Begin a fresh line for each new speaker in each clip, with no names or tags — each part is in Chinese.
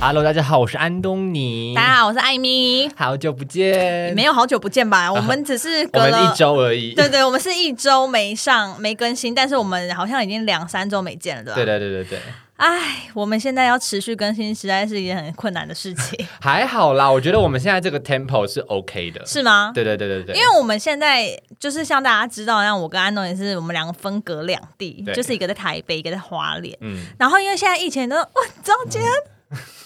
Hello，大家好，我是安东尼。
大家好，我是艾米。
好久不见，
没有好久不见吧？我们只是
啊我
隔
们
了
一，周而已。
对对，我们是一周没上没更新，但是我们好像已经两三周没见了，对吧？
对对对对对，
唉，我们现在要持续更新，实在是一件很困难的事情，
还好啦。我觉得我们现在这个 tempo 是 OK 的。
是吗？
对对对对对，
因为我们现在就是像大家知道一样，我跟安东也是我们两个分隔两地
对，
就是一个在台北，一个在花莲。
嗯，
然后因为现在疫情都，哇，你知道今天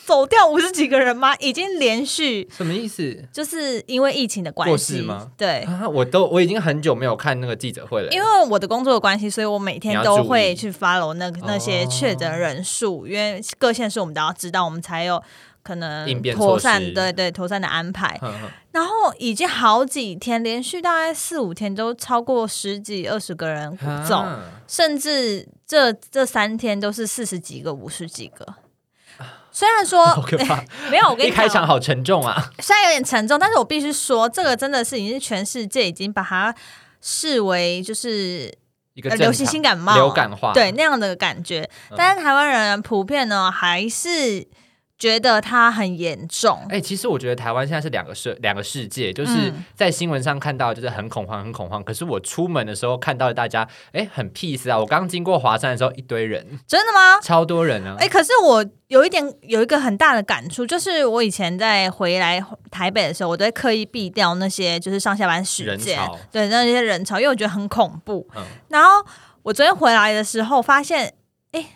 走掉五十几个人吗？已经连续
什么意思
就是因为疫情的关
过世
系
吗
对，
啊？我都我已经很久没有看那个记者会了。
因为我的工作的关系，所以我每天都会去 follow 那
注意
那些确诊人数，因为各县市我们都要知道，我们才有可能
应变措
妥
施
善对对妥善的安排。
哼哼
然后已经好几天，连续大概四五天都超过十几二十个人走，
啊
甚至这这三天都是四十几个、五十几个。虽 然说
好可怕！
没 有，我跟
一
你
开
讲，
场好沉重啊。
虽然有点沉重，但是我必须说，这个真的是已经是全世界已经把它视为就是
一个
呃
正
流
常
行性感冒、
流感化，
对那样的感觉。
嗯
但是台湾人普遍呢，还是觉得它很严重。
哎、其实我觉得台湾现在是两个世两个世界，就是
嗯
在新闻上看到就是很恐慌，很恐慌。可是我出门的时候看到大家，哎、很 peace 啊！我刚经过华山的时候，一堆人，
真的吗？
超多人啊！
哎、可是我有一点有一个很大的感触，就是我以前在回来台北的时候，我都会刻意避掉那些就是上下班时
人
间
潮，
对那些人潮，因为我觉得很恐怖。
嗯
然后我昨天回来的时候，发现哎、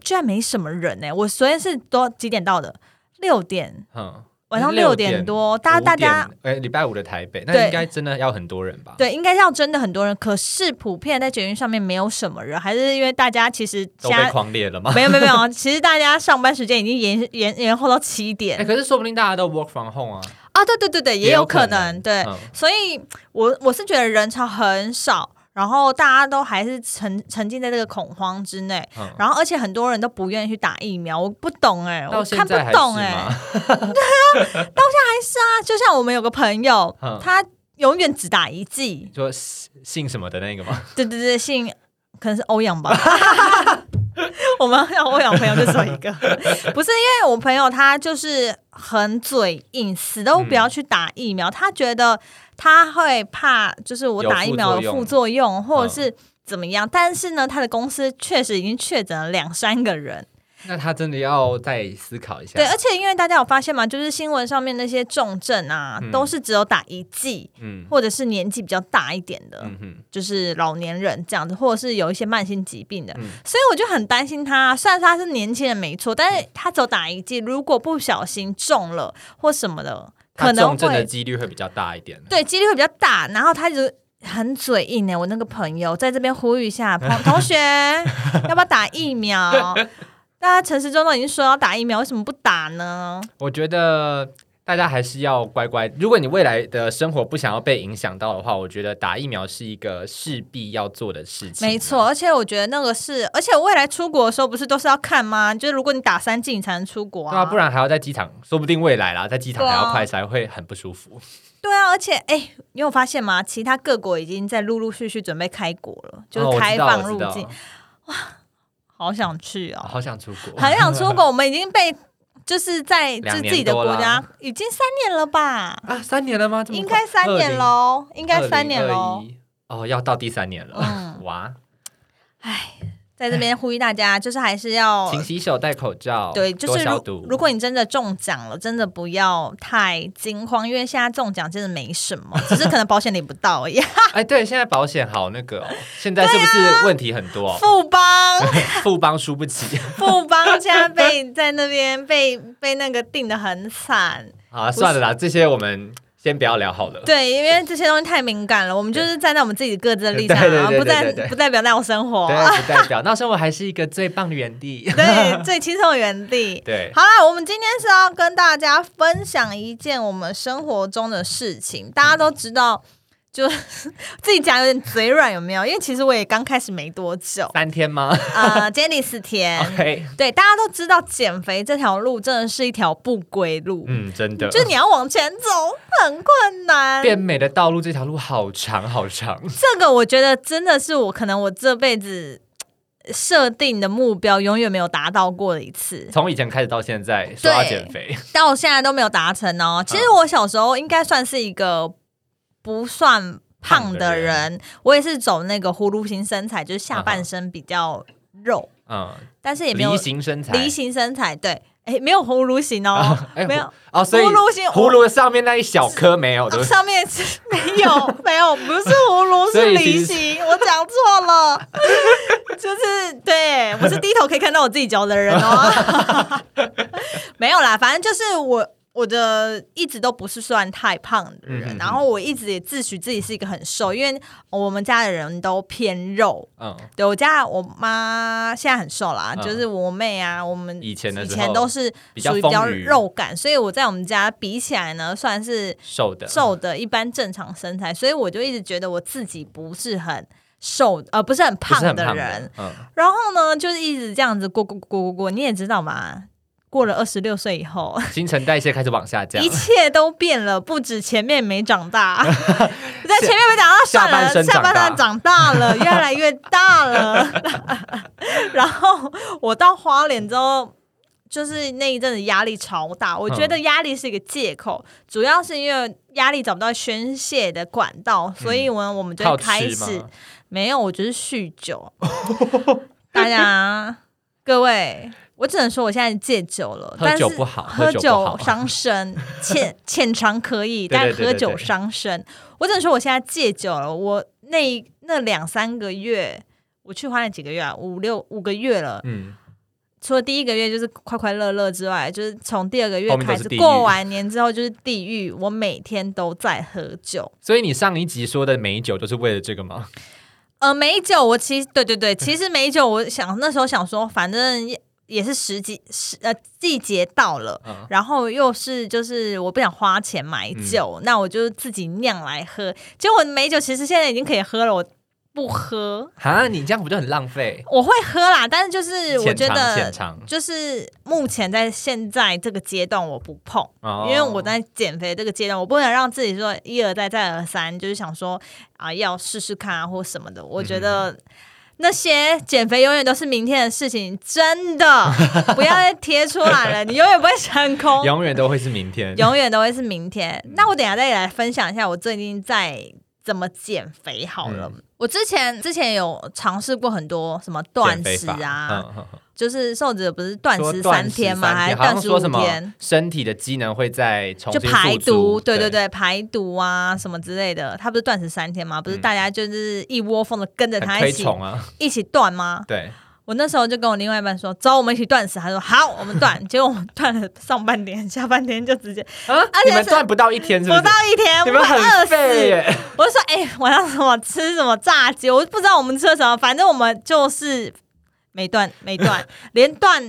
居然没什么人呢、我昨天是多几点到的？六点，
嗯，
晚上
六
六
点
点多，大家
5
大家
点，哎、礼拜五的台北，那
对
应该真的要很多人吧？，
对，应该要真的很多人，可是普遍在捷运上面没有什么人，还是因为大家其实
都被
家
狂列了吗？
没有没有没有，其实大家上班时间已经延 延延后到七
哎、
点
可是说不定大家都 work from home 啊。
啊，对对对对，
也
也
有
有
可
可
能
能对，
嗯
所以我我是觉得人潮很少，然后大家都还是沉沉浸在这个恐慌之内。
嗯，
然后，而且很多人都不愿意去打疫苗，我不懂哎、
到
我
现
看不
在还是
懂哎、
吗？
那就像我们有个朋友，
嗯
他永远只打一剂，
你说姓什么的那个吗？
对对对，姓可能是欧阳吧。 我们欧阳朋友就只有 一个，不是因为我朋友他就是很嘴硬，死都不要去打疫苗。他觉得他会怕，就是我打疫苗
有
有
副
副
作
作用，或者
嗯
是怎么样。但是呢，他的公司确实已经确诊了两三个人。
那他真的要再思考一下。
对，而且因为大家有发现嘛，就是新闻上面那些重症啊，
嗯
都是只有打一剂，
嗯
或者是年纪比较大一点的。
嗯哼，
就是老年人这样子，或者是有一些慢性疾病的，
嗯
所以我就很担心他。虽然说他是年轻人没错，但是他走打一剂，如果不小心中了或什么的，
他
可能
重症的
会
几率会比较大一点。啊
对几率会比较大。然后他就很嘴硬哎呢、我那个朋友在这边呼吁一下， 同同学要不要打疫苗？ 大家陈时中都已经说要打疫苗，为什么不打呢？
我觉得大家还是要乖乖。如果你未来的生活不想要被影响到的话，我觉得打疫苗是一个势必要做的事情。
没错，，而且我觉得那个是，而且未来出国的时候不是都是要看吗？就是如果你打三剂，你才能出国
对啊，不然还要在机场，说不定未来啦，在机场还
对
要
啊
快筛，会很不舒服。
对啊，而且哎、你有发现吗？其他各国已经在陆陆续续准备开国了，啊就
哦
是
我
开
知道
放
我
入
知道
境。好想去
啊
哦，
好想出国。
很想出国。我们已经被就是在
两
自
年
自己的
多
国
啦
家已经三年了吧？
啊，三年了吗？这么
应
快
该三年，喽，应
应
该三 年喽。。
哦，要到第三年了，
嗯
哇！
在这边呼吁大家，就是还是要
勤洗手，戴口罩，
哦对，就
多
是
消
如
毒。
如果你真的中奖了，真的不要太惊慌，因为现在中奖真的没什么，只是可能保险领不到而 已。
哎，对，现在保险好那个哦，现在是
啊
不是问题很 多哦？
富 邦。
富邦输不起
富邦家被在那边被被那个定的很惨，
好啊，算了啦，这些我们先不要聊好了。
对，因为这些东西太敏感了，我们就是站在我们自己各自的立场
对对对
啊，
对
不代
对对
不代表那种生活，啊
对，不代 表那时候我还是一个最棒的园地。
对，最轻松的原地。
对，
好啦，我们今天是要跟大家分享一件我们生活中的事情，大家都知道。就是自己讲有点嘴软，有没有？因为其实我也刚开始没 多久，
三天吗
呃，今天第四天，
？OK，
对，大家都知道减肥这条路真的是一条不归路，
嗯，真的，嗯
就你要往前走很困难。
变美的道 路这条路好长好长。
这个我觉得真的是我可能我这辈子设定的目标永远没有达到过的一次，
从以前开始到现在说要减肥，
到现在都没有达成
嗯
哦。其实我小时候应该算是一个不算胖的人，我也是走那个葫芦形身材，就是下半身比较肉，
嗯，
但是也没有
梨形身材，
梨形身材，对，哎，没有葫芦形哦，
啊 哎
没有。
哦，所以
葫芦形
葫芦上面那一小颗没有，对不对？
啊上面是没 有没有，不是葫芦
所
是
以其
梨
实
形，我讲错了， 就是对我是低头可以看到我自己脚的人哦， 没有啦，反正就是我我的一直都不是算太胖的人，
嗯嗯嗯
然后我一直也自诩自己是一个很瘦，因为我们家的人都偏肉，
嗯，
对我家我妈现在很瘦啦，
嗯
就是我妹啊，我们
以前的
以
时候
前都是
比较
属于比较
丰腴
肉感，所以我在我们家比起来呢，算是
瘦的，
瘦的一般正常身材，所以我就一直觉得我自己不是很瘦，呃，不是很
不是
胖
很
的
胖
人。，
嗯，
然后呢，就是一直这样子过过过过过，你也知道嘛。过了二十六岁以后，
新陈代谢开始往下降
一，切都变了，不止前面没 长大，在前面没长大算
下半
了，
身
下
长大
半身长大 了，越来越大了。 然后我到花莲之后，就是那一阵子压力超大，我觉得
嗯
压力是一个借口，主要是因为压力找不到宣泄的管道，所以我们我们就
嗯靠
会
吃
开始
吗？
没有，我就是酗 酒。大家各位，我只能说我现在戒酒了，
喝
但是
酒不好
喝
喝酒不好
伤身，浅浅尝可以，
对
但
对对
喝
对
酒
对
伤身。我只能说我现在戒酒了，我那那两三个月。我去花莲几个月啊，五六五个月了。
嗯，
除了第一个月就是快快乐乐之外，就是从第二个月
后面都
开
是
始，
地狱
过完年之后就是地狱。我每天都在喝酒，
所以你上一集说的美酒就是为了这个吗？
呃，美酒我其实对对
嗯
对，其实美酒我想那时候想说，反正也也是时季时呃季节到了。
嗯，
然后又是就是我不想花钱买酒，那我就自己酿来喝。结果美酒其实现在已经可以喝了，我不喝，
哈，你这样不就很浪费？
我会喝啦，但是就是我
浅
觉
尝浅
得
尝，
就是目前在现在这个阶段我不碰。
哦
因为我在减肥这个阶段，我不能让自己说一而再再而三，就是想说啊要试试看啊或什么的。我觉
嗯
得那些减肥永远都是明天的事情，真的不要再贴出来了，你永远不会成功，
永远都会是明天，
永远都会是明天。那我等一下再来分享一下我最近在怎么减肥好了。
嗯
我之前之前有尝试过很多什么断
减肥
食
法
啊，
嗯嗯嗯
就是瘦子不是断
说
食
断
三
食
天吗？还是
好
断
像
食
说
五
什么
天？
身体的机能会再重
就
新复
排毒，
苏
对对，对，排毒啊什么之类的，他不是断食三天吗？不是
嗯
大家就是一窝蜂的跟着
很
他一
推
起
崇啊，
一起断吗？
对，
我那时候就跟我另外一半说，走，我们一起断食。他说好，我们 断。结果我们断了上半天，下半天就直接
啊
而，且
你们赚不到一天是不
不
是
到？一天，
你
我
们
会饿
很废
死。
耶！
我就说，哎、晚上什么吃什么炸鸡，我不知道我们吃了什么，反正我们就是没断没 断，连断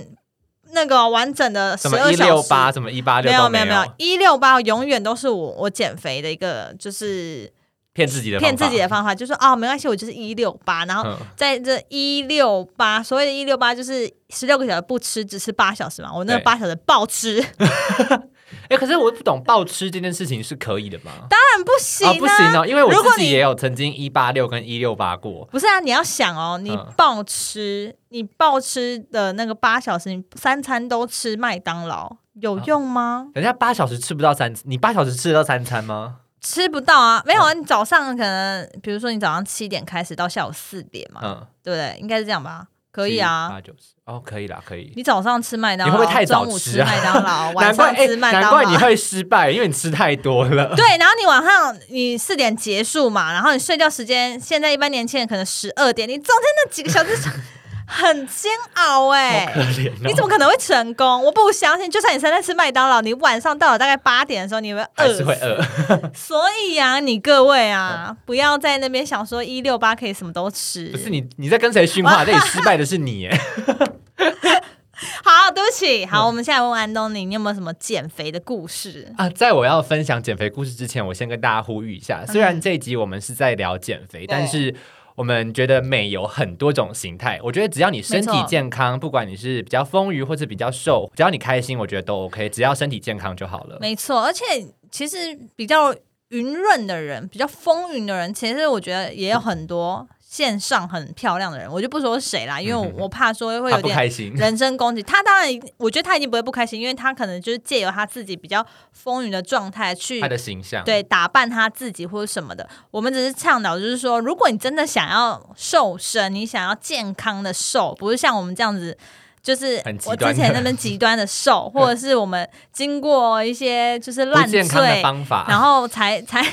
那个完整的十
什么
二
一
小
六
时
八，什么一八六，
没
有
有没有
有
没有，一六八永远都是我我减肥的一个就是
骗自己的
骗
方法
自己的方法，就说哦没关系，我就是一六八，然后
嗯
在这一六八，所谓的一六八就是十六个小时不吃，只吃八小时嘛，我那
对
八小时暴吃， 当
哎，可是我不懂暴吃这件事情是可以的吗？
然不行
啊，不
啊。
行哦，因为我
如果
自己也有曾经一八六跟一六八过，
不是啊，你要想哦，你
嗯
暴吃，你暴吃的那个八小时，你三餐都吃麦当劳，有
嗯
用吗？
人家八小时吃不到三，你八小时吃得到三餐吗？
吃不到啊，没有
嗯
啊。你早上可能，比如说你早上七点开始到下午四点嘛，
嗯，
对不对？应该是这样吧？可以啊，
八九十哦，可以啦，可以。
你早上吃麦当劳，
你会不会太早
中午吃
吃啊
麦 当劳，晚
难怪
上
哎，
吃麦
难
当
怪你
劳。
会失败，因为你吃太多 了。
对，然后你晚上你四点结束嘛，然后你睡觉时间现在一般年轻人可能十二点，你中间那几个小时 很煎熬哎、
好可怜哦！
你怎么可能会成功？我不相信，就算你现在吃麦当劳，你晚上到了大概八点的时候，你会
还
饿
是会
死。
饿？
所以呀、你各位啊，不要在那边想说一六八可以什么都吃
不。是你，你在跟谁训话？这里失败的是你 耶。
好，对不起，好，
嗯
我们现在问问安东尼，你有没有什么减肥的故事？
啊！在我要分享减肥故事之前，我先跟大家呼吁一
嗯
下，虽然这一集我们是在聊减肥，但是。我们觉得美有很多种形态，我觉得只要你身
没
体
错
健康，不管你是比较丰腴或是比较瘦，只要你开心，我觉得都 OK，只要身体健康就好了。
没错，而且其实比较云润的人，比较风云的人，其实我觉得也有很多线上很漂亮的人，我就不说谁啦，因为我
嗯哼
我怕说会
他
有
不
点
开心，
人身攻击。他当然，我觉得他已经不会不开心，因为他可能就是借由他自己比较风云的状态去
他的形象，
对打扮他自己或者什么的。我们只是倡导，就是说，如果你真的想要瘦身，你想要健康的瘦，不是像我们这样子。就是
很极
我
端
之
的
前那边极端的瘦，或者是我们经过一些就是烂
不健康的
醉，
方法。
然后才才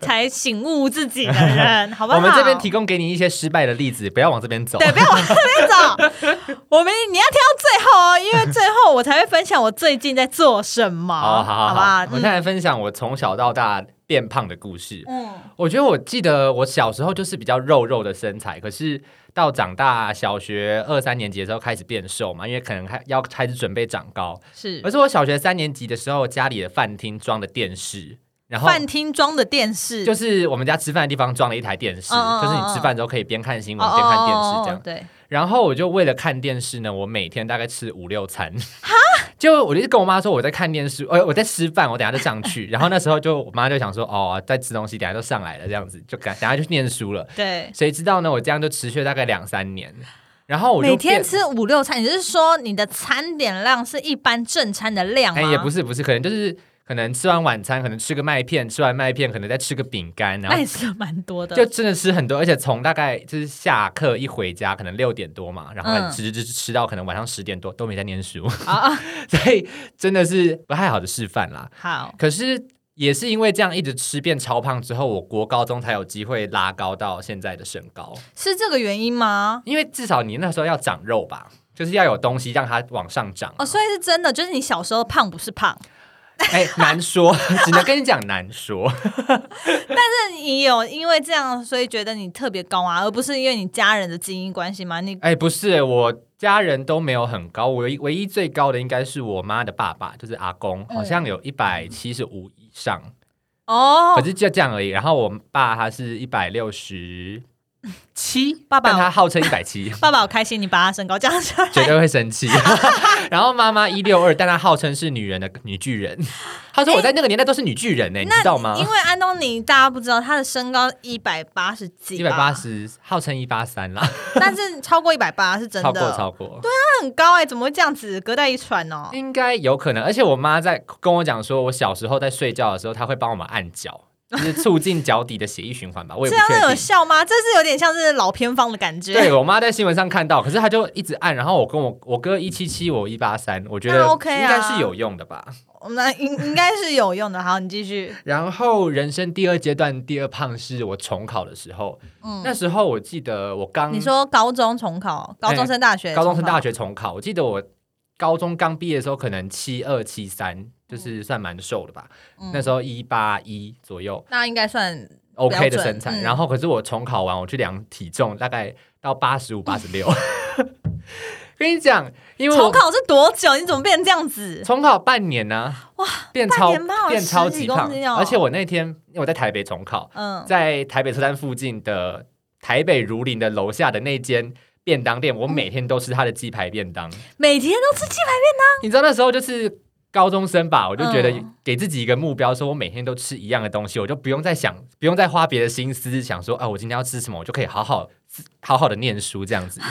才醒悟自己的人，好不好？
我们这边提供给你一些失败的例子，不要往这边走。
对，不要往这边走。我们你要听到最后哦，因为最后我才会分享我最近在做什么，
哦好好好
不好
我现在分享我从小到大变胖的故事。
嗯
我觉得我记得我小时候就是比较肉肉的身材，可是到长大小学二三年级的时候开始变瘦嘛，因为可能还要开始准备长高。
是
而是我小学三年级的时候，家里的饭厅装的电视，然后
饭厅装的电视，
就是是我们家吃饭的地方装了一台电视，
嗯嗯嗯
就是你吃饭之后可以边看新闻边看电视这样。
哦对，
然后我就为了看电视呢，我每天大概吃五六餐。 就我就跟我妈说我在看电视，呃，我在吃饭，我等下就上去。然后那时候就我妈就想说，哦，在吃东西，等下就上来了，这样子就赶等下就去念书了。
对。
谁知道呢？我这样就持续了大概两三年，然后我就
每天
变
吃五六餐，你是说你的餐点量是一般正餐的量吗？
哎，也 不是不是，可能就是可能吃完晚餐，可能吃个麦片，吃完麦片可能再吃个饼干，然
那
后
也是蛮多的。
啊就真的吃很多，而且从大概就是下课一回家，可能六点多嘛，然后直直吃到可能晚上十点多都没在念书，
嗯啊，
所以真的是不太好的示范啦。
好，
可是也是因为这样一直吃变超胖之后，我国高中才有机会拉高到现在的身高，
是这个原因吗？
因为至少你那时候要长肉吧。就是要有东西让它往上长，
哦，所以是真的，就是你小时候胖不是胖，
哎、难说，只能跟你讲难说。
但你有因为这样，所以觉得你特别高啊，而不是因为你家人的基因关系吗？你
哎、不是，我家人都没有很高，我唯唯一最高的应该是我妈的爸爸，就是阿公，好像有一百七十五以上，
嗯哦
可，是就这样而已。然后我爸他是一百六十七，
爸爸。
但他号称一百七
爸爸好开心，你把他身高降下来，
绝对会生气， 然后妈妈一六二，但她号称是女人的女巨人。她说我在那个年代都是女巨人呢、欸你知道吗
哎因？为安东尼大家不知道他的身高一百八十几，
一百八，十，号称一八三啦，
但是超过一百八是真
超
的，
过超过。
那很高哎、怎么会这样子？隔代遗传哦。
应该有可能，而且我妈在跟我讲说，我小时候在睡觉的时候，她会帮我们按 脚，就是促进脚底的血液循环吧。我也
这
不
样
确
那有
定。
效吗？这是有点像是老偏方的感觉。
对我妈在新闻上看到，可是她就一直按，然后我跟我我哥一七七，我一八三，我觉得
那 OK 啊
应该是有用的
嗯
吧。
那应应该是有用的。好，你继续。
然后人生第二阶段第二胖是我重考的时候，
嗯
那时候我记得我刚
你说高中重考，高中升大学，
哎高中升大
学，
学重考，我记得我高中刚毕业的时候，可能七二七三，就是算蛮瘦的吧。
嗯
那时候一八一左右，
那应该算
OK 的
标准
身材，
嗯
然后可是我重考完，我去量体重，大概到八十五、八十六。 跟你讲，因为我
重考是多久？你怎么变成这样子？
重考半年呢、
哇，
变超
半年胖了
变超
10
级
几公
胖
斤哦，
而且我那天因为我在台北重考，
嗯，
在台北车站附近的台北如林的楼下的那间。便当店，我每天都吃他的鸡排便当。
每天都吃鸡排，
你知道那时候就是高中生吧，我就觉得
嗯
给自己一个目标，说我每天都吃一样的东西，我就不用再想，不用再花别的心思想说，啊，我今天要吃什么，我就可以好好好好的念书这样子。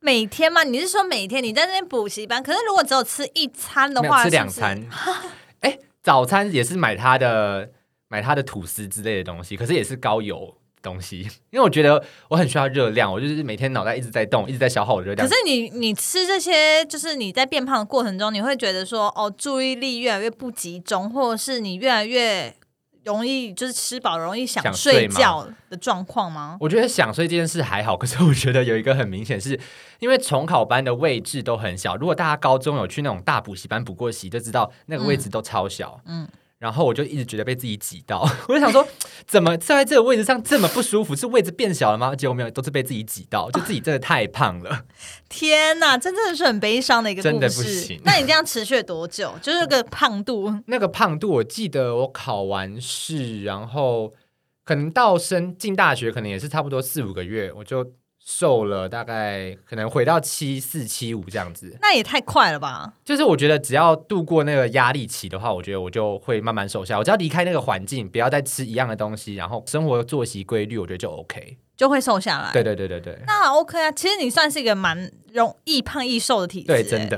每天吗？你是说每天你在那边补习班？可是如果只有吃一餐的
没有
话，
吃两
是不是
餐，哎、早餐也是买他的买他的吐司之类的东西，可是也是高油。东西，因为我觉得我很需要热量，我就是每天脑袋一直在动，一直在消耗我的热量
可是。你你吃这些，就是你在变胖的过程中，你会觉得说，哦，注意力越来越不集中，或者是你越来越容易就是吃饱容易想
想睡
睡
吗
觉的状况吗？
我觉得想睡这件事还好，可是我觉得有一个很明显是，因为重考班的位置都很小。如果大家高中有去那种大补习班补过习，就知道那个位置都超小。嗯。
嗯
然后我就一直觉得被自己挤到，我就想说，怎么坐在这个位置上这么不舒服？是位置变小了吗？结果没有，都是被自己挤到，就自己真的太胖了。
天哪，真的是很悲伤的一个故事。
真的不行
那你这样持续了多久？就是这个胖度，
那个胖度，我记得我考完试，然后可能到升进大学，可能也是差不多四五个月，我就瘦了大概可能回到七四七五这样子。
那也太快了吧？
就是我觉得只要度过那个压力期的话，我觉得我就会慢慢瘦下来。我只要离开那个环境，不要再吃一样的东西，然后生活作息规律，我觉得就 OK。
就会瘦下来。
对对对对对，
那 OK 啊，其实你算是一个蛮容易胖易瘦的体质、欸
对，真。的，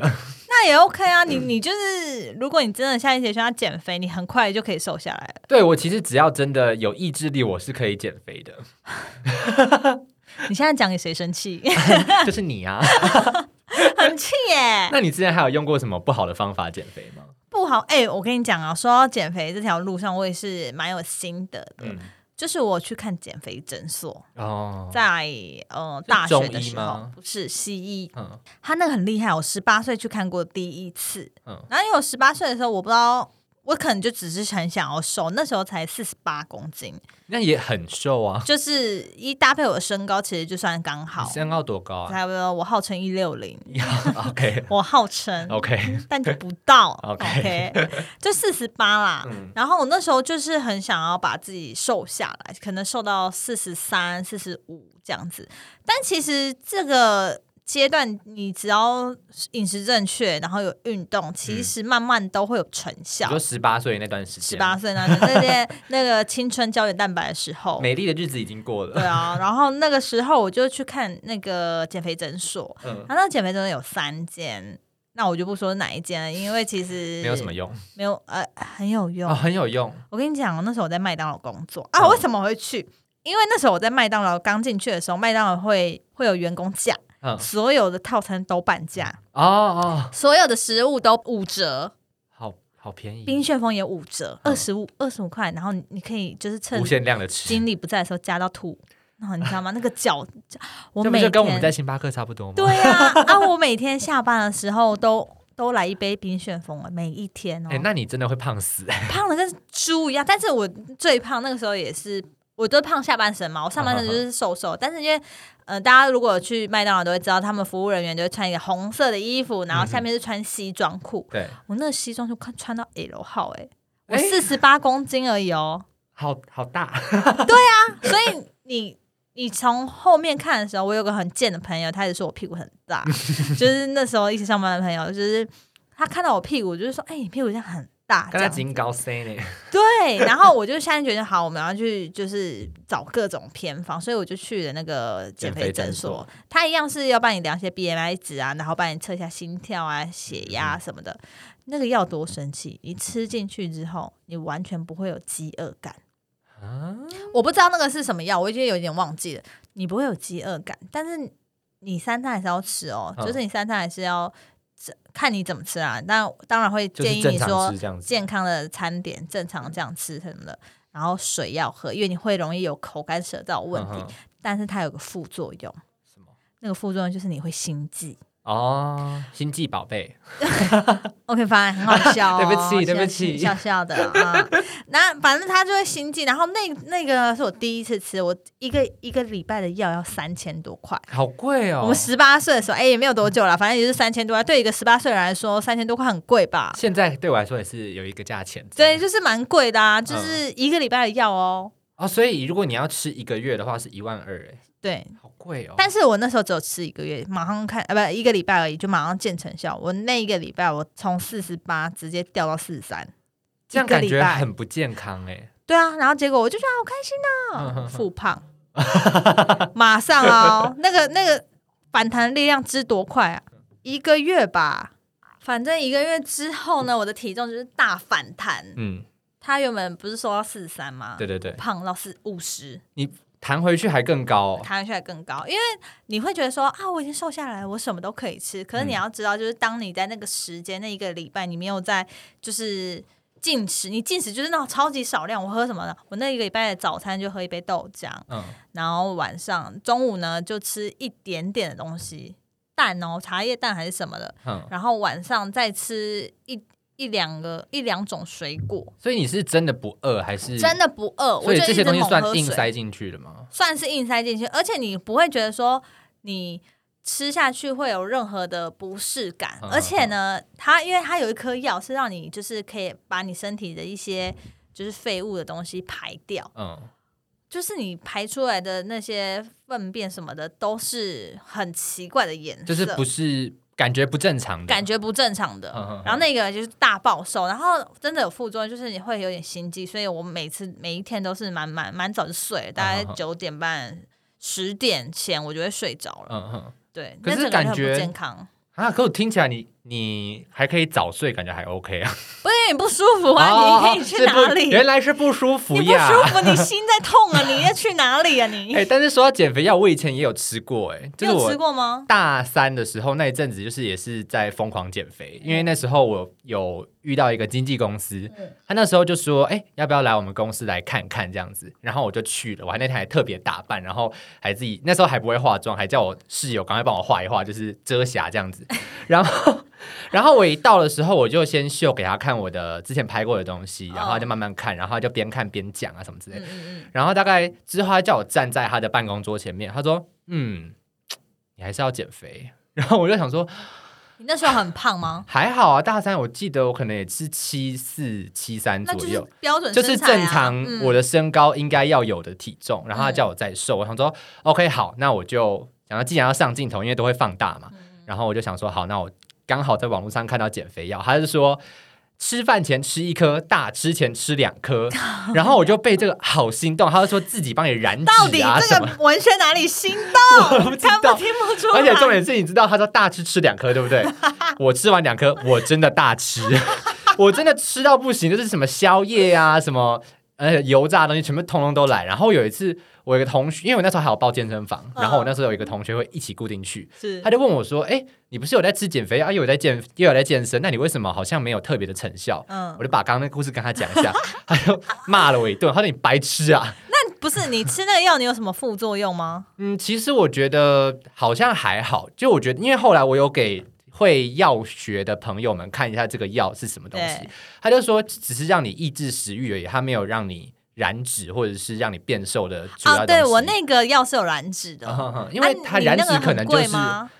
那也 OK 啊，你你就是，如果你真的下定决心要减肥，你很快就可以瘦下来了。
对我其实只要真的有意志力，我是可以减肥 的，
你现在讲给谁生气？
就是你啊。
很气耶！
那你之前还有用过什么不好的方法减肥吗？
不好，哎、我跟你讲啊，说到减肥这条路上，我也是蛮有心得的。
嗯，
就是我去看减肥诊所，
哦，
在呃大学的
中医
时候
吗，
不是西医，
嗯
他那个很厉害。我十八岁去看过第一次，
嗯，
然后因为我十八岁的时候，我不知道，我可能就只是很想要瘦，那时候才四十八公斤，
那也很瘦啊，
就是一搭配我的身高，其实就算刚好
你，身高多高啊
差不多我号称一六零，
？OK
我号称
OK，
但就不到
OK
就四十八啦。
嗯
然后我那时候就是很想要把自己瘦下来，可能瘦到四十三、四十五这样子。但其实这个阶段，你只要饮食正确，然后有运动，其实慢慢都会有成
嗯你
效
说。十八岁那段时
十
间，
八岁那年那些那个青春胶原蛋白的时候，
美丽的日子已经过
对
了，
啊，然后那个时候我就去看那个减肥诊所，
嗯，
他啊那减肥真的有三间，那我就不说哪一间了，因为其实
没有什么用
没有呃很有用。
哦，很有用，
我跟你讲，哦那时候我在麦当劳工作啊，
嗯
为什么我会去？因为那时候我在麦当劳刚进去的时候，麦当劳会会有员工价，
嗯，
所有的套餐都半价，
哦哦，
所有的食物都五折，
好好便
冰
宜，
旋风也五折，
嗯
二十五二十五块，然后你你可以就是趁
无限量的吃，
经理不在的时候加到吐，然后你知道吗？那个脚，我
这不
每
就
天
跟我们在星巴克差不多吗？
对呀、啊， 我每天下班的时候都都来一杯冰旋风啊，每一天哦，
哎，那你真的会胖死，
胖的跟猪一样。但是我最胖那个时候也是，我都胖下半身嘛，我上半身就是瘦瘦。但是因为呃，大家如果去麦当劳都会知道，他们服务人员就会穿一个红色的衣服，然后下面是穿西装裤。
对，
我那个西装就穿穿到 L 号哎、我
哎
四十八公斤而已哦，
好好大，
所以你你从后面看的时候，我有个很贱的朋友，他也说我屁股很 大，就是那时候一起上班的朋友，就是他看到我屁股，就是说，哎、你屁股这样很大，这
刚才
样
金高 C 呢，
对。然后我就下定决心，好，我们要去就是找各种偏方，所以我就去了那个减肥诊所，他一样是要帮你量一些 BMI 值啊，然后帮你测一下心跳啊、血压什么的。那个药多神奇！你吃进去之后，你完全不会有饥饿感。
啊，
我不知道那个是什么药，我已经有点忘记了。你不会有饥饿感，但是你三餐还是要吃哦，
嗯
就是你三餐还是要这看你怎么吃啊。但当然会
就
建
是
议
正
你
常
说
吃这样子，
健康的餐点，正常这样吃什么的，然后水要喝，因为你会容易有口干舌燥的问题。
嗯哼
但是它有个副作用，
什么？
那个副作用就是你会心悸。
哦，星际宝贝，
OK，反正很好笑、哦，
对不起对不
笑
起
笑笑的啊。 那反正他就会心悸，然后那那个是我第一次吃，我一个一个礼拜的药要三千多块。
好贵哦，
我们十八岁的时候，哎、也没有多久了，反正也是三千多块。对一个十八岁人来说，三千多块很贵吧？
现在对我来说也是有一个价钱，
对，就是蛮贵的
嗯
啊，就是一个礼拜的药哦。
哦，所以如果你要吃一个月的话是一万二，哎，
对，
好贵哦。
但是我那时候只有吃一个月，马上看啊，不一个礼拜而已，就马上见成效。我那一个礼拜，我从四十八直接掉到四十三，
这样
一个
感
礼
觉
拜
很不健康哎。
对啊，然后结果我就觉得好开
嗯哼
心啊，
哼
复胖， 马上哦，那个那个反弹力量之多快啊，一个月吧，反正一个月之后呢，我的体重就是大反弹。
嗯，
它原本不是瘦到四十三吗？
对对对，
胖到四五十，
弹回去还更高哦。
弹回去还更高，因为你会觉得说啊，我已经瘦下来了，我什么都可以吃。可是你
嗯
要知道，就是当你在那个时间那一个礼拜，你没有在就是进食，你进食就是那种超级少量。我喝什么呢？我那一个礼拜的早餐就喝一杯豆浆，
嗯，
然后晚上中午呢就吃一点点的东西，蛋哦，茶叶蛋还是什么的，
嗯，
然后晚上再吃一一两个一两种水果，
所以你是真的不饿还是？
真的不饿，
所
我
以
就
这
一
些
直
东西
猛
算
喝
硬
水。
塞进去的吗？
算是硬塞进去，而且你不会觉得说你吃下去会有任何的不适感，
嗯
而且呢，它因为它有一颗药是让你就是可以把你身体的一些就是废物的东西排掉，
嗯，
就是你排出来的那些粪便什么的都是很奇怪的颜色，
就是不是感觉不正常的
感。觉不正常的。
嗯嗯嗯
然后那个就是大暴瘦，然后真的有副作用，就是你会有点心悸，所以我每次每一天都是蛮蛮蛮早就睡了，大概
嗯嗯嗯
九点半、十点前我就会睡着了。
嗯哼
对，
可是
那整个
感
人很
觉
不健康，
啊，可我听起来你你还可以早睡，感觉还 OK 啊。
不是因为你不舒服
哦
啊？
哦
你可以去
是不
哪里？
原来是不舒服
你不
呀。
舒服，你心在痛啊！你要去哪里啊？你、
哎、但是说到减肥药，我以前也有吃过、哎，就是
你有吃
我
过吗？
大三的时候那一阵子，就是也是在疯狂减肥，因为那时候我有遇到一个经纪公司，
嗯
他那时候就说，哎、要不要来我们公司来看看这样子？然后我就去了，我还那天还特别打扮，然后还自己那时候还不会化妆，还叫我室友赶快帮我画一画，就是遮瑕这样子。 然后，然后我一到的时候，我就先秀给他看我的之前拍过的东西，然后他就慢慢看，然后他就边看边讲啊什么之类
嗯
的。
嗯嗯，
然后大概之后，他叫我站在他的办公桌前面，他说：“嗯，你还是要减肥。” 然后我就想说，
你那时候很 胖吗？
还好啊，大三我记得我可能也是七四七三
那
左
就是
右，
标准、身
就是
材啊
正常
嗯
我的身高应该要有的体重。然后他
嗯
叫我再瘦，我想说 OK 好，那我就想要既然要上镜头，因为都会放大
嗯
嘛，然后我就想说好，那我刚好在网络上看到减肥药，他就说。吃饭前吃一颗，大吃前吃两 颗，然后我就被这个好心动，他就说自己帮你燃脂
到底
啊
这
什么，
个文轩哪里 心动？
不知
根
道
本听不 出来。
而且重点是，你知道他说大吃吃两颗，对不对？我吃完两颗，我真的大吃， 我真的吃到不行，就是什么宵夜啊，什么呃油炸的东西，全部通通都来。然后有一次，我有一个同学，因为我那时候还有报健身房，
嗯
然后我那时候有一个同学会一起固定去，
是
他就问我说：“哎、你不是有在吃减肥啊药，又有在健又有在健身，那你为什么好像没有特别的成效？”
嗯
我，就把刚刚那个故事跟他讲一下，他就骂了我一顿，他说：“你白痴啊！”
不是你吃那个药，你有什么副作 用吗？
嗯，其实我觉得好像还好，就我觉得，因为后来我有给会药学的朋友们看一下这个药是什么东西
对，
他就说只是让你抑制食欲而已，他没有让你燃脂或者是让你变瘦的主要
啊，
东西。
对我那个药是有燃脂的，
那因为
啊
它
你
燃
那
脂
个
可
很
能就
贵
是，
吗？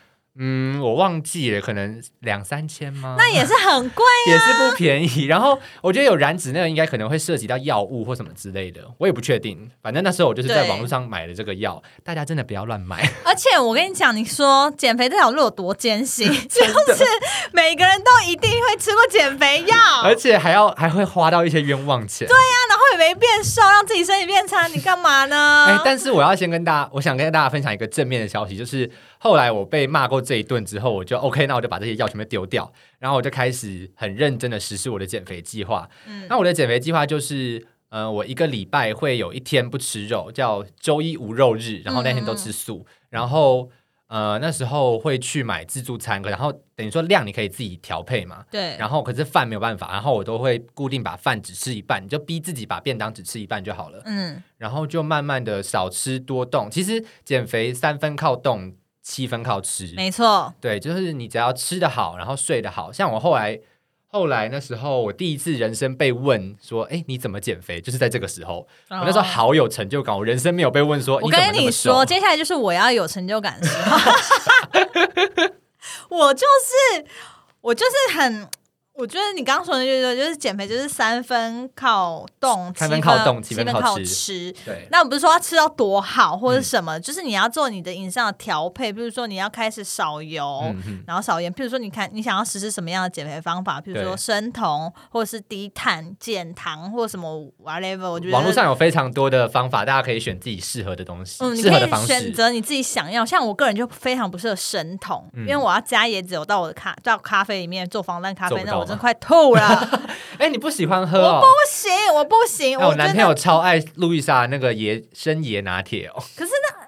嗯，我忘记了，可能两三千吗？
那也是很贵。
也是不便宜。然后我觉得有燃脂那个应该可能会涉及到药物或什么之类的，我也不确定。反正那时候我就是在
对
网络上买的这个药，大家真的不要乱买。
而且我跟你讲，你说减肥这条路有多 艰辛， 就是每个人都一定会吃过减肥药，
而
啊，
且还要还会花到一些冤枉钱。对，
然后也没变瘦，让自己身体变差，你干嘛呢？
哎、但是我要先跟大家，我想跟大家分享一个正面的消息，就是后来我被骂过这一顿之后，我就 OK，那我就把这些药全部丢掉，然后我就开始很认真的实施我的减肥计划。
嗯
那我的减肥计划就是。呃，我一个礼拜会有一天不吃肉，叫周一无肉日，然后那天都吃素，然后呃那时候会去买自助餐，然后等于说量你可以自己调配嘛，
对，
然后可是饭没有办法，然后我都会固定把饭只吃一半，你就逼自己把便当只吃一半就好了，
嗯，
然后就慢慢的少吃多动。其实减肥三分靠动，七分靠吃，
没错，
对，就是你只要吃得好，然后睡得好。像我后来后来那时候，我第一次人生被问说，哎，你怎么减肥？就是在这个时候，我那时候
哦
好有成就感，我人生没有被问说，
我
哦你怎么
跟
那么
你
瘦
说，接下来就是我要有成就感的时候， 我就是我就是很。我觉得你刚刚说的就是就是减肥，就是三分靠动，
三分靠动
七
七
分
分
靠
靠
吃。
吃对，嗯
那我不是说要吃到多好或者什么，就是你要做你的饮食上的调配，比如说你要开始少油，
嗯哼
然后少盐。譬如说，你看你想要实施什么样的减肥方法，譬如
对
说生酮或者是低碳、减糖或什么 whatever，我觉得
网络上有非常多的方法，大家可以选自己适合的东西，
嗯，你
适合
可
的
以
方
选
式。
择你自己想要。像我个人就非常不适合生酮，
嗯
因为我要加椰子油到我的咖到咖啡里面做防弹咖
做
啡，
不
那
到
我真的
吗
快 吐了。
哎，你不喜欢喝
我
哦
不？行，我不行，
哎我
我
男
真
朋友
的
超爱路易莎那个椰生椰拿铁哦，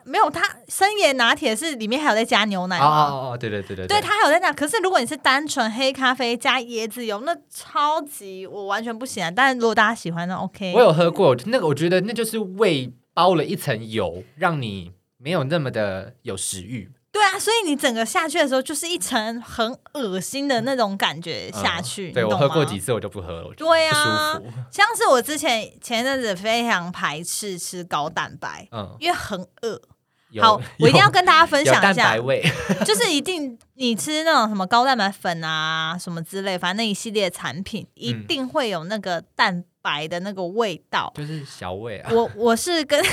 没有它生椰拿铁是里面还有再加牛奶
哦
吗？
哦哦，对对对对
哎对，它还有在那。可是如果你是单纯黑咖啡加椰子油，那超级我完全不行啊。但是如果大家喜欢，那 OK。
我有喝过那个，我觉得那就是胃包了一层油，让你没有那么的有食欲。
对啊，所以你整个下去的时候，就是一层很恶心的那种感觉下
嗯
去。
对
你
我
懂
喝过
吗
几次我就不喝了，我觉得
对啊
不舒服。
像是我之前前一阵子非常排斥吃高蛋白，
嗯，
因为很饿。
有
好，我一定要跟大家分
有
享
有蛋
一下
白，味。
就是一定你吃那种什么高蛋白粉啊什么之类，反正那一系列产品
嗯
一定会有那个蛋白的那个味道。
就是小胃啊，
我我是跟，是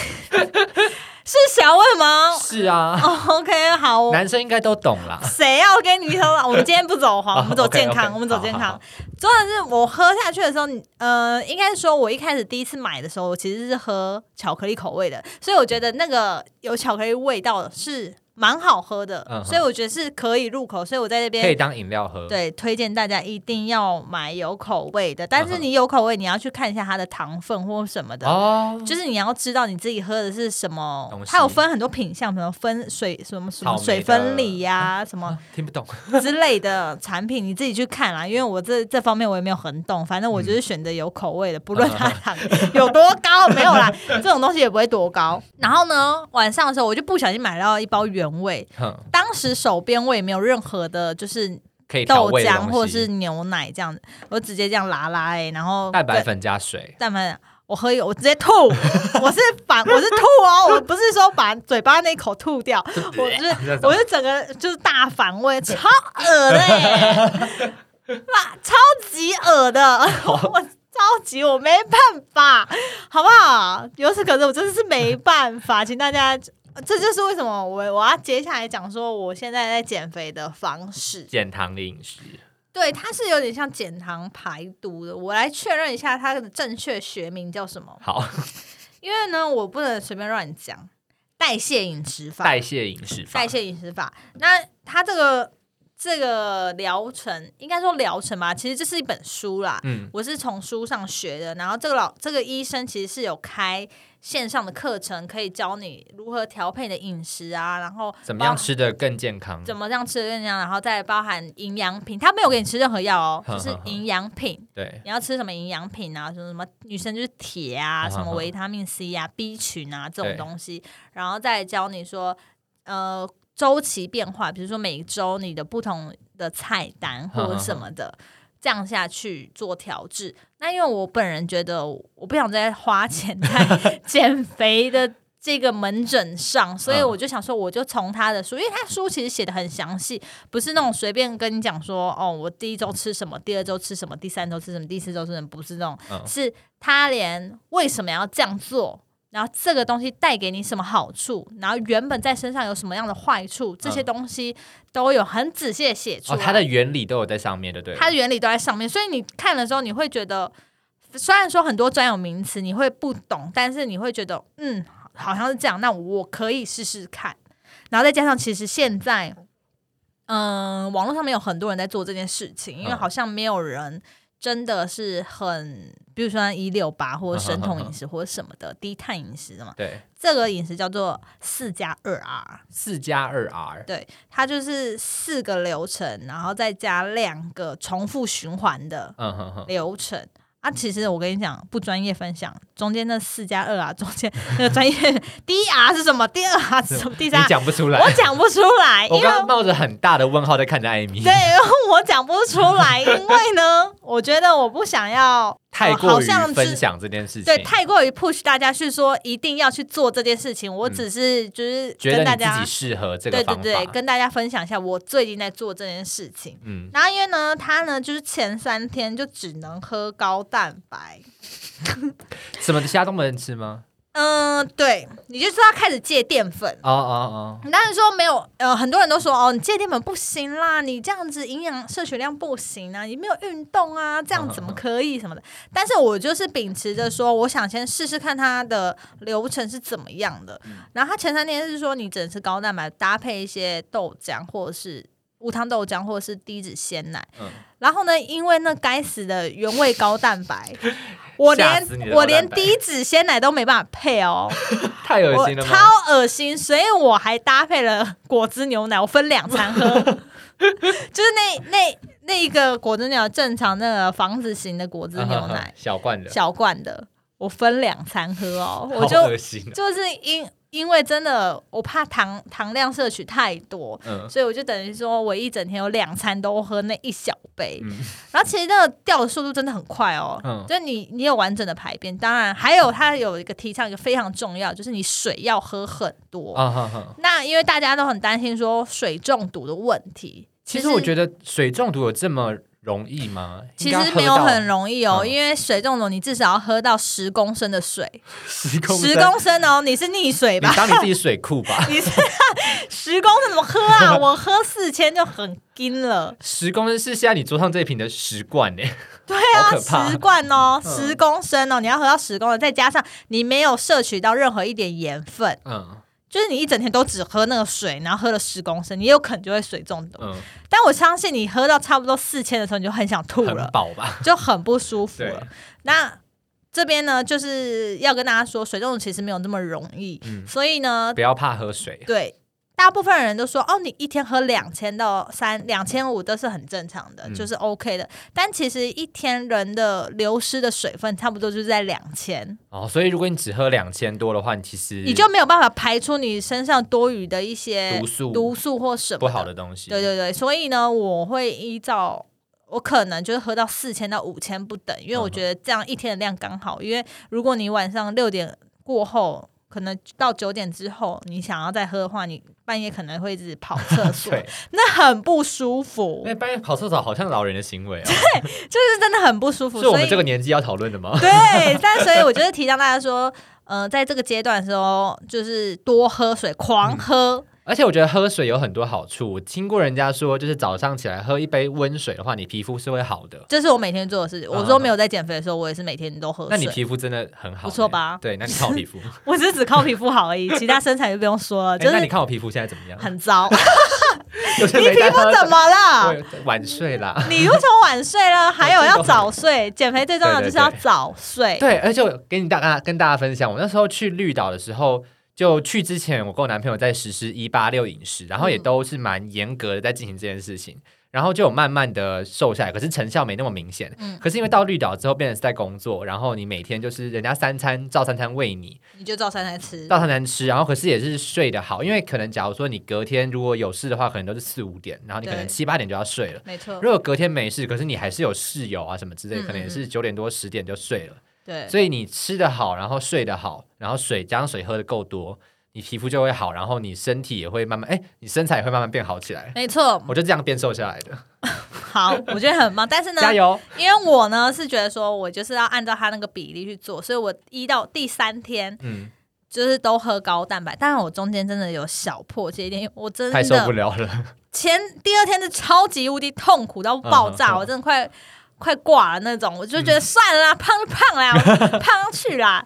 小魏吗？
是啊，
哦，OK，好哦，
男生应该都懂啦。
谁要跟你说？我们今天不走黄，我们走健
哦 OK，OK，
康，我们走健
好好
康
好。
真的是我喝下去的时候，你呃，应该是说我一开始第一次买的时候，我其实是喝巧克力口味的，所以我觉得那个有巧克力味道的是蛮好喝的，
嗯哼
所以我觉得是可以入口。所以我在这
可以
边
当饮料喝。
对推荐大家一定要买有口味的，但是你有口味，你要去看一下它的糖分或什么的。
嗯哦，
就是你要知道你自己喝的是什么
东，西
它有分很多品相，什么分水什么什
草
么
莓
水
的
分离 呀、什么
啊听不懂。
之类的产品，你自己去看啦。因为我这这方面我也没有很懂，反正我
嗯
就是选择有口味的，不论它糖有多高，没有啦，这种东西也不会多高。然后呢，晚上的时候我就不小心买到一包原味，
哼，
当时手边我也没有任何的，就是
可以调
豆
味的
浆
东
或者
西
是牛奶这样子，我直接这样拉拉哎、然后
蛋白
跟
粉加 水。
蛋白粉，我喝一口，我直接吐， 我是反，我是吐哦，我不是说把嘴巴那一口吐掉，我是我是整个就是大反胃，超恶的、欸，哇，超级恶的， 我超级我没办法，好不好？由此可知，我真的是没办法，请大家。这就是为什么我我要接下来讲说我现在在减肥的方式。
减糖的饮食，
对，它是有点像减糖排毒的。我来确认一下它的正确学名叫什么，
好，
因为呢，我不能随便乱讲。代谢饮食法，
代谢饮食法，
代谢饮食法。那它这个这个疗程，应该说疗程吧，其实这是一本书啦。
嗯，
我是从书上学的，然后这个老这个医生其实是有开线上的课程，可以教你如何调配你的饮食啊，然后
怎么样
包
吃的更健康？
怎么样吃的更样，然后再包含营养品，他没有给你吃任何药 哦，
哼
就是
哼哼
营养品，
对，
你要吃什么营养品啊？什么什么女生就是铁啊，
嗯
什么
嗯
维他命 C 啊、B 群啊这
对
种东西，然后再教你说，呃，周期变化，比如说每周你的不同的菜单或者什么的，这样下去做调制。那因为我本人觉得我不想再花钱在 减肥的。这个门诊上，所以
嗯
我就想说，我就从他的书，因为他书其实写的很详细，不是那种随便跟你讲说，哦，我第一周吃什么，第二周吃什么，第三周吃什么，第四周吃什么，不是那种，
嗯
是他连为什么要这样做，然后这个东西带给你什么好处，然后原本在身上有什么样的坏处，这些
嗯
东西都有很仔细的写出
哦，
来。
它的原理都有在上面，对不对了？
它的原理都在上面，所以你看的时候，你会觉得，虽然说很多专有名词你会不懂，但是你会觉得，嗯，好像是这样，那我可以试试看。然后再加上，其实现在，嗯、网络上面有很多人在做这件事情，因为
嗯
好像没有人真的是很，比如说一六八或者生酮饮食或者什么
嗯
的低碳饮食的嘛，
对，
这个饮食叫做四加二 R。
四加二 R，
对，它就是四个流程，然后再加两个重复循环的
嗯哼哼，
流程。啊，其实我跟你讲，不专业分享，中间那四加二啊，中间那个专业第一 R 是什么？第二 R 是什么？第
你
三 R
讲不出来，
我讲不出来，因
我
为
刚刚冒着很大的问号在看着艾米，
对，我讲不出来，因为呢，我觉得我不想要
太
呃
过
好
于
像
分
是
享这件事情，
对，太过于 push 大家去说一定要去做这件事情，我只是就是
嗯觉得
跟大
你
家
自己适合这个
对
方
对
法，
对，跟大家分享一下我最近在做这件事情。
嗯，
然后因为呢，他呢就是前三天就只能喝高蛋白，
什么虾都不能吃吗？
嗯，对，你就知道开始戒淀粉。
哦哦
当然说没有，呃，很多人都说哦，你戒淀粉不行啦，你这样子营养摄取量不行啊，你没有运动啊，这样怎
嗯
么可以什么的。但是我就是秉持着说，我想先试试看它的流程是怎么样的。
嗯
然后它前三天是说，你只能吃高蛋白，搭配一些豆浆或者是无糖豆浆或者是低脂鲜奶。
嗯
然后呢，因为那该死的原味高蛋 白，我
吓
连
死你的高蛋白
我连低脂鲜奶都没办法配哦。
哦，太恶
我
心了吗？，
超恶心，所以我还搭配了果汁牛奶，我分两餐喝，就是那那那一个果汁牛奶正常那个房子型的果汁牛奶
小罐的，
小罐的，我分两餐喝哦，我
好
就
恶心啊，
就是因因为真的我怕糖糖量摄取太多。
嗯
所以我就等于说，我一整天有两餐都喝那一小杯，
嗯
然后其实那个掉的速度真的很快哦，
嗯
就你你有完整的排便，当然还有它有一个提倡一个非常重要，就是你水要喝很多。
啊哈哈。
那因为大家都很担心说水中毒的问题，
其实我
得
觉得水中毒有这么容易吗？
其实没有很
易，
容易哦，
嗯
因为水中毒你至少要喝到十公升的水，
十公
十
升
公升哦，你是溺水
你
吧？。
当你自己水库吧
你是 十公升怎么喝啊？ 我喝四千就很惊了。
十公升是现在你桌上这一瓶的十罐呢，
对
好可
啊，
怕
十罐哦，
嗯
十公升哦，你要喝到十公升，再加上你没有摄取到任何一点盐分，
嗯
就是你一整天都只喝那个水，然后喝了十公升，你有可能就会水中毒。
嗯，
但我相信你喝到差不多四千的时候，你就很想吐
很
了，
饱吧？
就很不舒服
对
了。，那这边呢，就是要跟大家说，水中毒其实没有那么容易，
嗯
所以呢，
不要怕喝水，
对。大部分人都说哦，你一天喝两千到三两千五都是很正常的，
嗯
就是 OK 的。但其实一天人的流失的水分差不多就是在两千，
哦，所以如果你只喝两千多的话，你其实
你就没有办法排出你身上多余的一些
毒素
毒素或什么
不好的东西。
对对对，所以呢，我会依照我可能就是喝到四千到五千不等，因为我
嗯哼
觉得这样一天的量刚好。因为如果你晚上六点过后，可能到九点之后，你想要再喝的话，你半夜可能会一直跑 厕所，
对，
那很不舒服，
那半夜跑厕所好像老人的行为 哦，
就是真的很不舒服。
是我
所
们
以
这个年纪要讨论的吗？
对，但所以我就是提倡大家说，呃，在这个阶段的时候，就是多喝水，
嗯
狂喝。
而且我觉得喝水有很多好处，我听过人家说，就是早上起来喝一杯温水的话，你皮肤是会好的。
这是我每天做的事情。我
嗯
说没有在减肥的时候，我也是每天都喝水。
那你皮肤真的很好、
不错吧啊
对，那你看我皮 肤，
我只是只靠皮肤好而已，其他身材就不用说 了，
哎
就
那你
是
看我皮肤现在怎么 样？
很糟。
你皮
你皮肤怎么了？
么晚睡啦？
你为什么晚睡了？还有要早 睡，减肥最重要的就是要
对对对
早睡。
对，而且我给你大家跟大家分享，我那时候去绿岛的时候，就去之前，我跟我男朋友在实施一八六饮食，然后也
嗯
都是蛮严格的在进行这件事情，然后就有慢慢的瘦下来，可是成效没那么明显。
嗯
可是因为到绿岛之后，变成是在工作，然后你每天就是人家三餐照三餐喂你，
你就照三餐吃。
照三餐吃，然后可是也是睡得好，因为可能假如说你隔天如果有事的话，可能都是四五点，然后你可能
对
七八点就要睡了。
没错，
如果隔天没事，可是你还是有室友啊什么之类，可能也
嗯
是九点多十点就睡了。
对，
所以你吃的好，然后睡得好，然后水加上水喝的够多，你皮肤就会好，然后你身体也会慢慢，哎，你身材也会慢慢变好起来。
没错。
我就这样变瘦下来的，
好，我觉得很棒。但是呢，
加油！
因为我呢是觉得说我就是要按照他那个比例去做，所以我一到第三天
嗯，
就是都喝高蛋白，但是我中间真的有小破戒一点，因为我真
太受
的
不了了，
前第二天是超级无敌痛苦到爆
嗯嗯
炸，
嗯
我真的快快挂了那种，我就觉得算 了啦，胖就 胖啦，我胖去啦，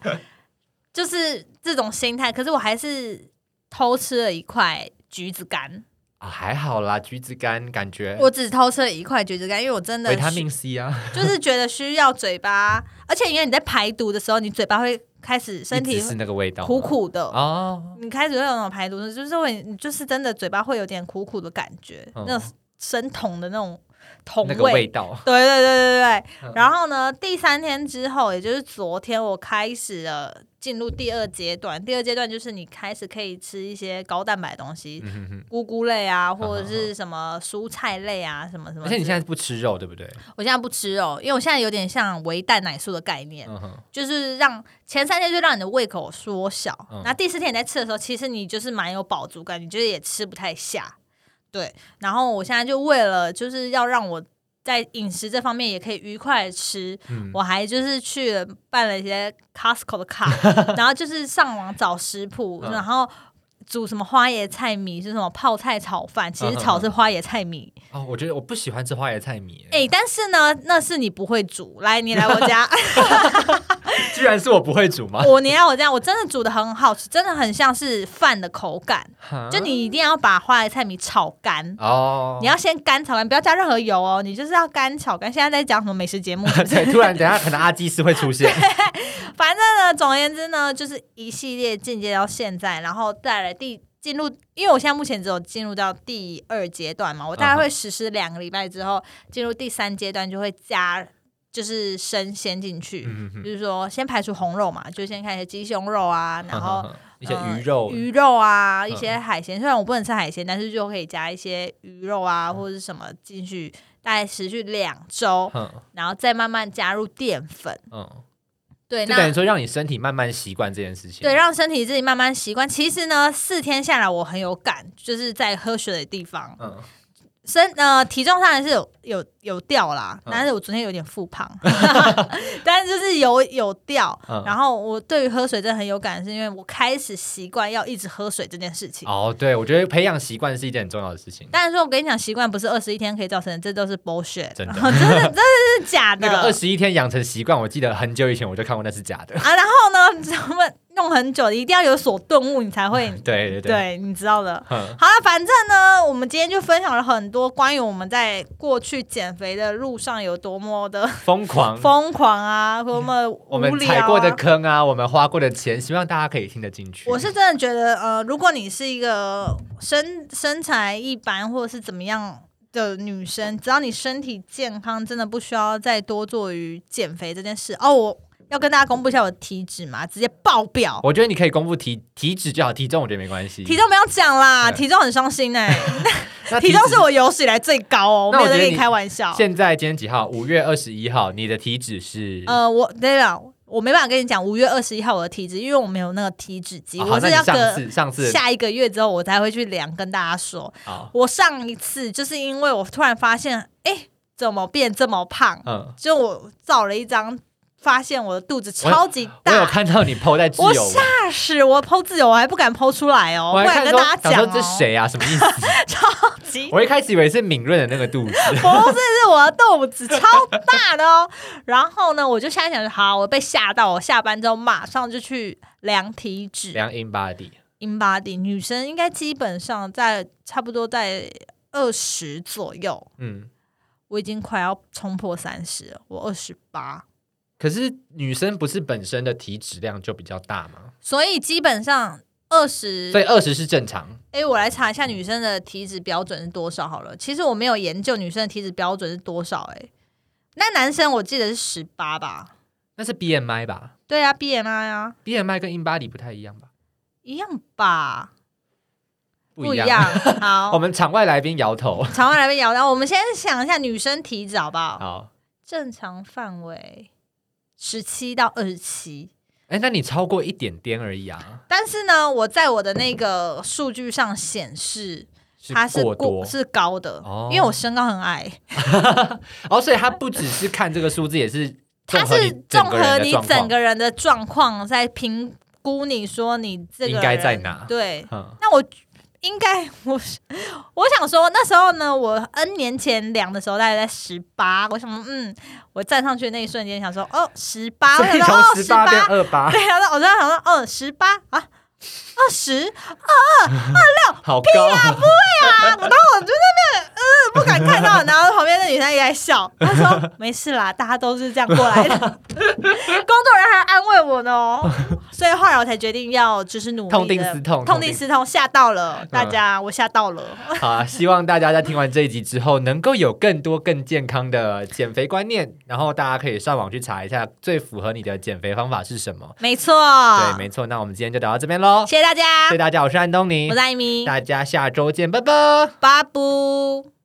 就是这种心态。可是我还是偷吃了一块橘子干，
啊，还好啦，橘子干感觉
我只偷吃了一块橘子干，因为我真的
维他命 C 啊，
就是觉得需要嘴巴，而且因为你在排毒的时候，你嘴巴会开始身
一
体
直是那个味道吗
苦苦的。
哦，
你开始会有那种排毒，就是会，你就是真的嘴巴会有点苦苦的感觉，
嗯
那种生酮的那种酮
那个味道，
对对对对对
嗯。
然后呢，第三天之后，也就是昨天，我开始了进入第二阶段。第二阶段就是你开始可以吃一些高蛋白的东西，
嗯哼哼。
菇菇类啊，或者是什么蔬菜类啊，什么什么
而
之
且
类的。
你现在不吃肉，对不对？
我现在不吃肉，因为我现在有点像微蛋奶素的概念，
嗯哼，
就是让前三天就让你的胃口缩小，
嗯
那、第四天你在吃的时候，其实你就是蛮有饱足感，你就是也吃不太下。对，然后我现在就为了就是要让我在饮食这方面也可以愉快地吃，
嗯，
我还就是去了办了一些 Costco 的 卡，然后就是上网找食谱，
嗯
然后煮什么花椰菜米，是什么泡菜炒饭，
嗯
其实炒是花椰菜米。
哦，我觉得我不喜欢吃花椰菜米，
哎、但是呢，那是你不会煮，来你来我家，
居然是我不会煮吗？
我你来我家，我真的煮的很好吃，真的很像是饭的口感。
哈
就你一定要把花椰菜米炒干。
啊哦，
你要先干炒干，不要加任何油哦，你就是要干炒干。现在在讲什么美食节目？是不是
对，突然等一下可能阿基斯会出现，
反正呢，总而言之呢，就是一系列进阶到现在，然后再来第进入，因为我现在目前只有进入到第二阶段嘛，我
啊
大概会实施两个礼拜之后，进入第三阶段就会加就是生鲜进去，
嗯嗯
比如说先排除红肉嘛，就先看一些鸡胸肉啊，然后。
一些
呃
鱼肉，
鱼肉啊，一
嗯
些海鲜。虽然我不能吃海鲜，但是就可以加一些鱼肉啊，或者是什么进去，大概持续两周，
嗯嗯
然后再慢慢加入淀粉。
嗯，
对，
就等于
那
说让你身体慢慢习惯这件事情。
对，让身体自己慢慢习惯。其实呢，四天下来我很有感，就是在喝水的地方，
嗯，
身呃体重上还是有有有掉啦，但是我昨天有点复 胖， 但是就是有有掉。
嗯
然后我对于喝水真的很有感，是因为我开始习惯要一直喝水这件事情。
哦，对，我觉得培养习惯是一件很重要的事情。
但是说我跟你讲，习惯不是二十一天可以造成的，这都是 bullshit，
真的
真的真的是假的。
那个二十一天养成习惯，我记得很久以前我就看过，那是假的。
啊，然后呢，咱们弄很久，一定要有所顿悟，你才会
对对对，
对，你知道的。
哼
好了，反正呢，我们今天就分享了很多关于我们在过去减肥的路上有多么 的
疯狂，
疯狂啊，多么
我
无
们
聊、啊。
踩过的坑啊，我们花过的钱，希望大家可以听得进去。
我是真的觉得，呃，如果你是一个身身材一般或者是怎么样的女生，只要你身体健康，真的不需要再多做于减肥这件事。哦，我要跟大家公布一下我的体脂嘛，直接爆表。
我觉得你可以公布体体脂就好，体重我觉得没关系。
体重不要讲啦，
对
体重很伤心哎、
那
体重
脂
是我有史以来最高哦，我
那
没
我
有在
觉得
跟你
你
开玩笑。
现在今天几号？五月二十一号，你的体脂是哦
呃，我对了，我没办法跟你讲五月二十一号我的体脂，因为我没有那个体脂机，
哦好
我
那
是
你
要
上
隔
次上次哦
下一个月之后我才会去量跟大家说。
好，
我上一次就是因为我突然发现，哎、怎么变这么胖？
嗯，
就我照了一张，发现我的肚子
我有
超级
我有
大，
看到你 PO 在自
我
由文，
吓死我剖自由，我还不敢剖出来哦，
我还看
不敢跟
说
大家
想
讲
说
哦。
这谁啊？什么意 思？
超级
我一开始以为是敏润的那个肚子，
不是，是 我的肚子超大的哦。然后呢，我就现在想，好，我被吓到，我下班之后马上就去量体脂
量 in body，
，in body。女生应该基本上在差不多在二十左右，
嗯。
我已经快要冲破三十了，我二十八，
可是女生不是本身的体脂量就比较大吗？
所以基本上。二十
所，以二十是正常，
哎，我来查一下女生的体脂标准是多少好了。其实我没有研究女生的体脂标准是多少、诶，哎，那男生我记得是十八吧？
那是 BMI 吧
对啊，BMI 啊，
？BMI 跟 in body 不太一样吧？
一样吧，
不一
样。
样。 我
好，
们场外来宾摇头。
常外来宾聊到，我们先想一下女生体脂好不好？
好，
正常范围十七到二十七，
哎，那你超过一点点而已啊，
但是呢，我在我的那个数据上显示它是
过多
是高的，
哦
因为我身高很矮，
哦，所以它不只是看这个数字，也是
它
综合
是
你
综
整个
合
人的
你
状况
整个人的状况在评估你说你这个
应该在
人
哪
对，
嗯
那我应该我是我想说，那时候呢，我 N 年前量的时候大概在十八，我想说嗯，我站上去的那一瞬间想说哦十八，我
所
想
以
说
从
哦
十
十
八变
八，
二八，
对，然后我就想说哦十八啊。二十
好高啊！
啊！然后我就在那边，呃，不敢看到，然后旁边的女生也在笑，她说：“没事啦，大家都是这样过来 的。”工作人员还安慰我呢哦，所以后来我才决定要就是努力地，
痛定思痛
痛定思痛，吓到了大家，我吓到了。
好啊，希望大家在听完这一集之后，能够有更多更健康的减肥观念，然后大家可以上网去查一下最符合你的减肥方法是什么。
没错，
对，没错。那我们今天就聊到这边喽，
谢谢大家
谢谢，大家，我是安东尼
我是，艾米，
大家下周见，拜拜。
巴布。